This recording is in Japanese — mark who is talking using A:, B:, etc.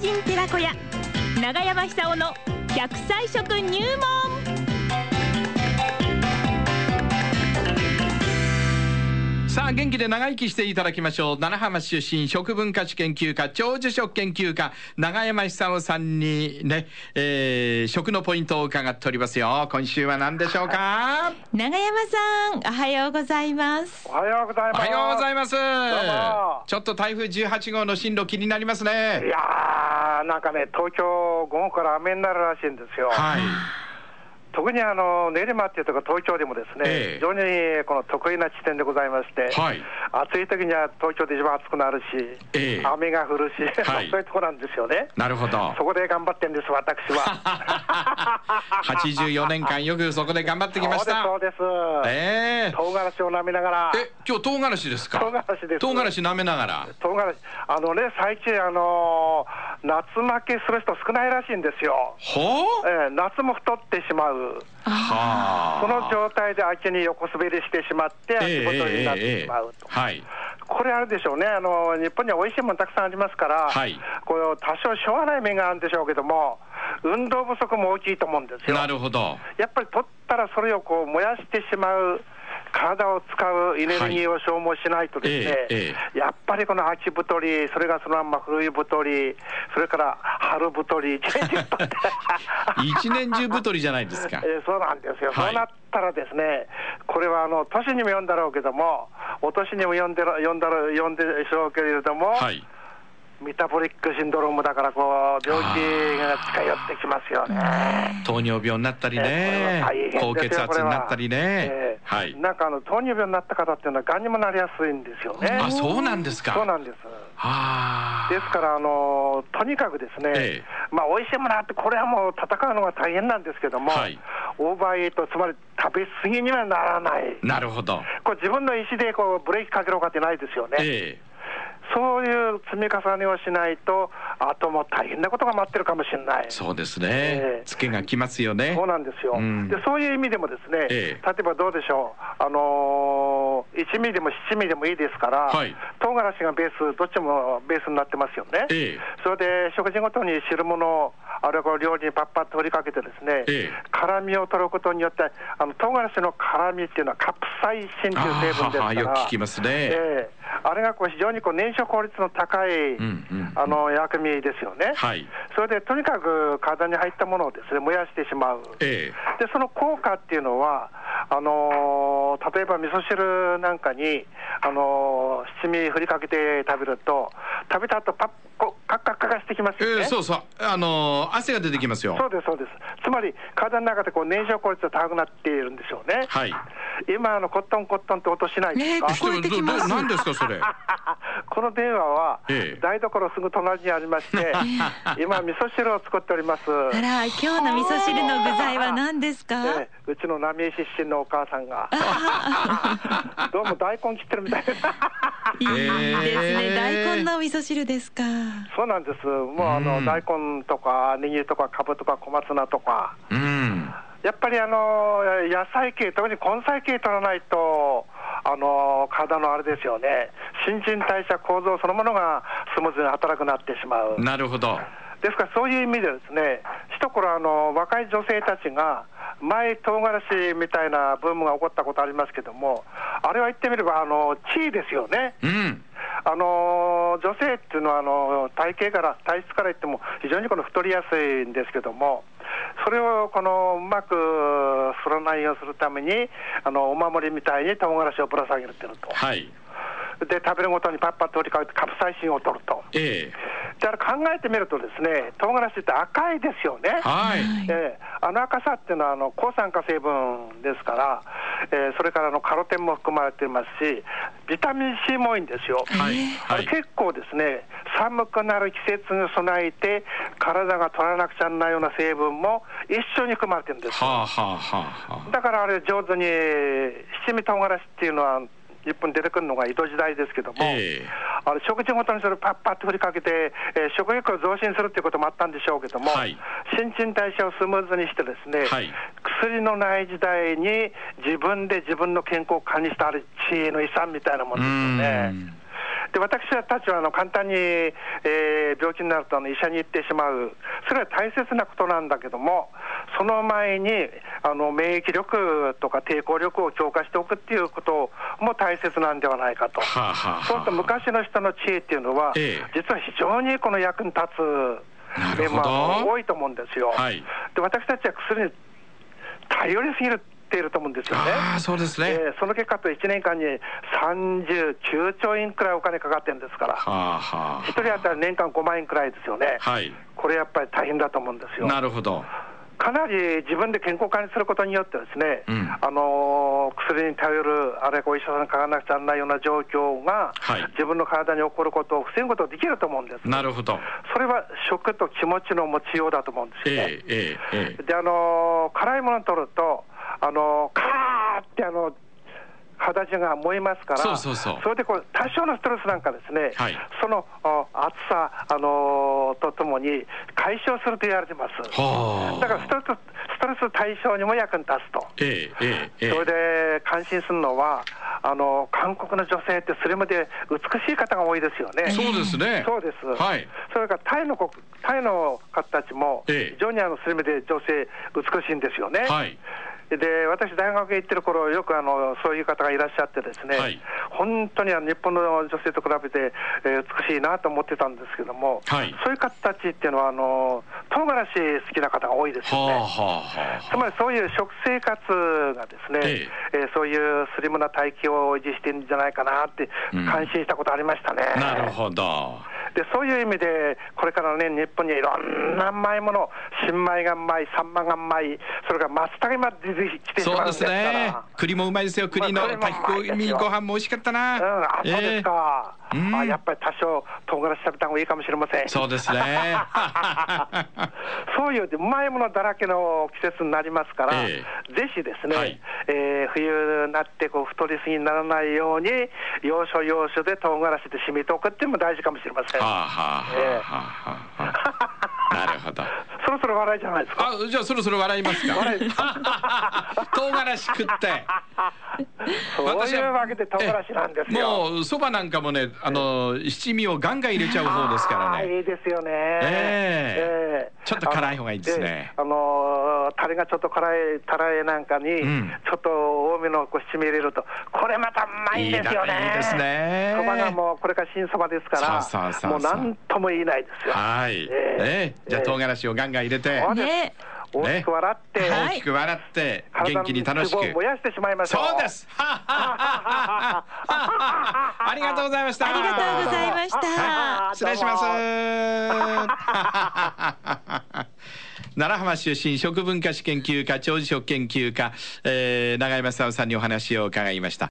A: 人寺子屋長山久夫の百歳食入門
B: さあ元気で長生きしていただきましょう七浜市出身食文化史研究家長寿食研究家永山久夫さんにね、えー食のポイントを伺っておりますよ今週は何でしょうか
A: 長山さんおはようございます
C: おはようござい
B: お
C: ます。
B: はようございます
C: どうも
B: ちょっと台風18号の進路気になります
C: い
B: ね
C: やー、なんかね、東京、午後から雨になるらしいんですよ。
B: はい
C: 特にあの練馬っていうとこ東京でもです
B: ええ
C: ね、非常にこの得意な地点でございまして、
B: はい
C: 暑い時には東京で一番暑くなるし、
B: ええ
C: 雨が降るし、
B: はい
C: そういうとこなんですよね。
B: なるほど
C: そこで頑張ってんです、私 は。
B: 84年間よくそこで頑張ってきました
C: そうです、そうです。
B: ええ
C: 唐辛子を舐めながら。
B: え今日唐辛子ですか
C: 唐辛子です
B: 唐辛子舐めながら
C: 唐辛子あのね、最近、あの夏負けする人少ないらしいんですよ。
B: ほう
C: ええ夏も太ってしまう。
B: はあ
C: その状態で秋に横滑りしてしまって、
B: ええ
C: 足元になっ
B: ええええ
C: てしまうと、
B: はい
C: これあるでしょうねあの、日本には美味しいものたくさんありますから、
B: はい
C: これを多少しょうがない面があるんでしょうけども、運動不足も大きいと思うんですよ。
B: なるほ ど
C: やっぱり取ったらそれをこう燃やしてしまう、体を使うエネルギーを消耗しないとですね、
B: はいえええ
C: やっぱりこの秋太り、それがそのまんま古い太り、それから春太り、一 年中太って
B: 一年中太りじゃないですか
C: えーそうなんですよ、
B: はい
C: そうなったらですね、これはあの年にも読んだろうけども、お年にも読んでろ読んだろ読んでしょうけれども、
B: はい
C: メタボリックシンドロームだからこう、病気が近寄ってきますよね。
B: 糖尿病になったりね
C: えーこれは大変ですよ
B: 高血圧になったりね
C: これはえー
B: はい
C: なんかあの糖尿病になった方っていうのは、がんにもなりやすいんですよね。
B: あそうなんですか
C: そうなんです。
B: はあ
C: ですから、あのとにかくですね、
B: ええ
C: まあ、美味しいものあって、これはもう戦うのが大変なんですけども、
B: はい
C: オーバーエイト、つまり食べ過ぎにはならない、
B: なるほど
C: これ自分の意思でこうブレーキかけろかってないですよね、
B: ええ
C: そういう積み重ねをしないと、あともう大変なことが待ってるかもしれない。
B: そうです
C: え
B: ね
C: え
B: つけがきますよね
C: そうなんですよ、
B: うん
C: でそういう意味でも、ですね、
B: ええ
C: 例えばどうでしょう、あのー、1ミリでも7ミリでもいいですから、
B: はい
C: 唐辛子がベース、どっちもベースになってますよね、
B: ええ
C: それで食事ごとに汁物を、あるいはこう料理にパッパッと振りかけて、ですね、
B: ええ
C: 辛みを取ることによって、あの唐辛子の辛みっていうのはカプサイシンという成分ですか
B: あ
C: ら、
B: ーよく聞きますね
C: ええあれがこう非常にこう燃焼効率の高い、
B: んうんうん
C: あの薬味ですよね。
B: はい
C: それでとにかく体に入ったものをですね燃やしてしまう、
B: え
C: でその効果っていうのは、あのー例えば味噌汁なんかに、あのー七味ふりかけて食べると、食べた後パッこうカッカッカッカしてきます
B: え
C: よ
B: え
C: ね。
B: えそうそうあのー汗が出てきますよ
C: そうです、そうです。つまり、体の中でこう燃焼効率が高くなっているんでしょうね。
B: はい
C: 今、あのコットンコットンって音しないですか、
A: ね聞こえてきます
B: どど何ですか それ
C: この電話は
B: ええ
C: 台所すぐ隣にありまして、 今、味噌汁を作っております。
A: あら今日の味噌汁の具材は何ですか、
C: ええうちの浪江出身のお母さん が、どうも大根切ってるみたいな、
A: いいですね、
B: えー
A: 大根のお味噌汁ですか
C: そうなんです、もうあ
B: う
C: の
B: ん
C: 大根とか、ネギとか、かぶとか、小松菜とか、
B: うん
C: やっぱりあの野菜系、特に根菜系取らないと、あの体のあれですよね、新陳代謝構造そのものがスムーズに働くなってしまう。
B: なるほど
C: ですからそういう意味でですね、一頃あの若い女性たちが、前唐辛子みたいなブームが起こったことありますけども、あれは言ってみればあの地位ですよね。
B: うん
C: あの女性っていうのはあの体型から体質から言っても非常にこの太りやすいんですけども。それをこのうまくすらないようにするためにあのお守りみたいに唐辛子をぶら下げてると
B: はい
C: で食べるごとにパッパッと折りかけてカプサイシンを取ると
B: ええ
C: だから考えてみるとですね、唐辛子って赤いですよね。
B: はい、
A: はい
C: ええあの赤さっていうのはあの抗酸化成分ですから、ええそれからあのカロテンも含まれてますし、ビタミン C も多いんですよ。
B: はい
C: あ
B: は
C: れ
B: い
C: 結構ですね、寒くなる季節に備えて、体が取らなくちゃならないような成分も一緒に含まれてるんですよ。
B: はあはあはあはあ
C: だからあれ、上手に七味唐辛子っていうのは、日本に出てくるのが江戸時代ですけども、
B: ええ
C: あれ食事ごとにそれをパッパッと振りかけて、えー食欲を増進するっていうこともあったんでしょうけども、
B: はい
C: 新陳代謝をスムーズにしてですね、
B: はい
C: 薬のない時代に自分で自分の健康を管理したある知恵の遺産みたいなもんですよ
B: う
C: ね
B: ん。
C: で私たちはあの簡単に、えー病気になるとあの医者に行ってしまう、それは大切なことなんだけども、その前にあの免疫力とか抵抗力を強化しておくっていうことも大切なんではないかと。
B: はあ、はあ、
C: そうすると昔の人の知恵っていうのは、
B: ええ
C: 実は非常にこの役に立
B: な
C: つ
B: る
C: 面
B: ほど
C: もあの多いと思うんですよ。
B: はい
C: で私たちは薬に頼りすぎるっていると思うんですよね。
B: ああそうですね、
C: えーその結果と1年間に39兆円くらいお金かかってるんですから、
B: はあはあ
C: 1人当たり年間5万円くらいですよね、
B: はい
C: これやっぱり大変だと思うんですよ。
B: なるほど
C: かなり自分で健康管理することによってですね、
B: うん
C: あのー薬に頼る、あれお医者さんにかからなくちゃならないような状況が、
B: はい
C: 自分の体に起こることを防ぐことができると思うんです。
B: なるほど
C: それは食と気持ちの持ちようだと思うんですよね。
B: ええええええ
C: で、あのー辛いものを取ると、あのーカーってあの、肌中が燃えますから、
B: そうそうそう
C: それでこう多少のストレスなんかですね、
B: はい
C: そのお暑さ、あのーとともに解消すると言われてます。
B: はあ
C: だからストレスストレス対象にも役に立つと。
B: ええええええ
C: それで感心するのは、あの韓国の女性ってスリムで美しい方が多いですよね。
B: そうですね
C: そうです、
B: はい
C: それからタイの国タイの方たちも、
B: ええ
C: 非常にあのスリムで女性、美しいんですよね。
B: はい
C: で私、大学へ行ってる頃よくあのそういう方がいらっしゃって、ですね、
B: はい
C: 本当にあの日本の女性と比べて、えー美しいなと思ってたんですけども、
B: はい
C: そういう方たちっていうのはあの、唐辛子好きな方が多いです
B: はあ
C: よね。
B: はあは
C: つ
B: あ
C: まりそういう食生活がですね、えーそういうスリムな体型を維持してるんじゃないかなって、
B: うん
C: 感心したことありましたね。
B: なるほど
C: でそういう意味で、これからね、日本にはいろんな甘いもの、新米がうまい、サンマがうまい、それから松茸まで出てきてし
B: そう
C: まうん
B: で
C: です
B: す
C: から、
B: ね栗もうまいですよ栗の
C: まあ栗もうまい
B: 炊き込み
C: ですよ
B: ご飯も美味しかったな、
C: うん、あそうですか、
B: ええうん
C: あ、やっぱり多少、唐辛子食べた方がいいかもしれません。
B: そうですね
C: そういううまいものだらけの季節になりますから、
B: え
C: ぜひですね、
B: はい
C: えー冬になってこう太りすぎにならないように、要所要所で唐辛子で染みておくっていうのも大事かもしれません。
B: はあはあはあはあはあなるほど
C: そろそろ笑いじゃないですか。
B: あじゃあそろそろ笑いますか
C: 笑い で
B: 唐辛子食って
C: そういうわけで唐辛子なんですよ。
B: もうそばなんかもねあの七味をガンガン入れちゃう方ですから
C: あー
B: ね
C: いいですよ
B: え
C: ね。
B: え
C: ええ
B: ちょっと辛い方がいいですね
C: あのええあのータレがちょっと辛いタレなんかに、
B: ん
C: ちょっと多めのこう七味入れると、これまたうまいんですよね。
B: いいだいいですね
C: そばがもうこれから新そばですから、
B: そうそうそうそう
C: もうなんとも言えないですよ。
B: はい、
C: え
B: ね
C: え
B: じゃあ
C: ええ
B: 唐辛子をガンガン入れて
C: そうです
A: ね
C: 大きく笑って、
A: は
B: 大
A: い
B: きく笑って
C: 体の
B: 元気に楽しく
C: 脂肪を燃やしてしまいましょう。
B: そうですはっはっはっはっはありがとうございました
A: ありがとうございました。
B: 失礼します
C: どうも。
B: 奈良浜出身食文化史研究家長寿食研究家、えー、永山久夫さんにお話を伺いました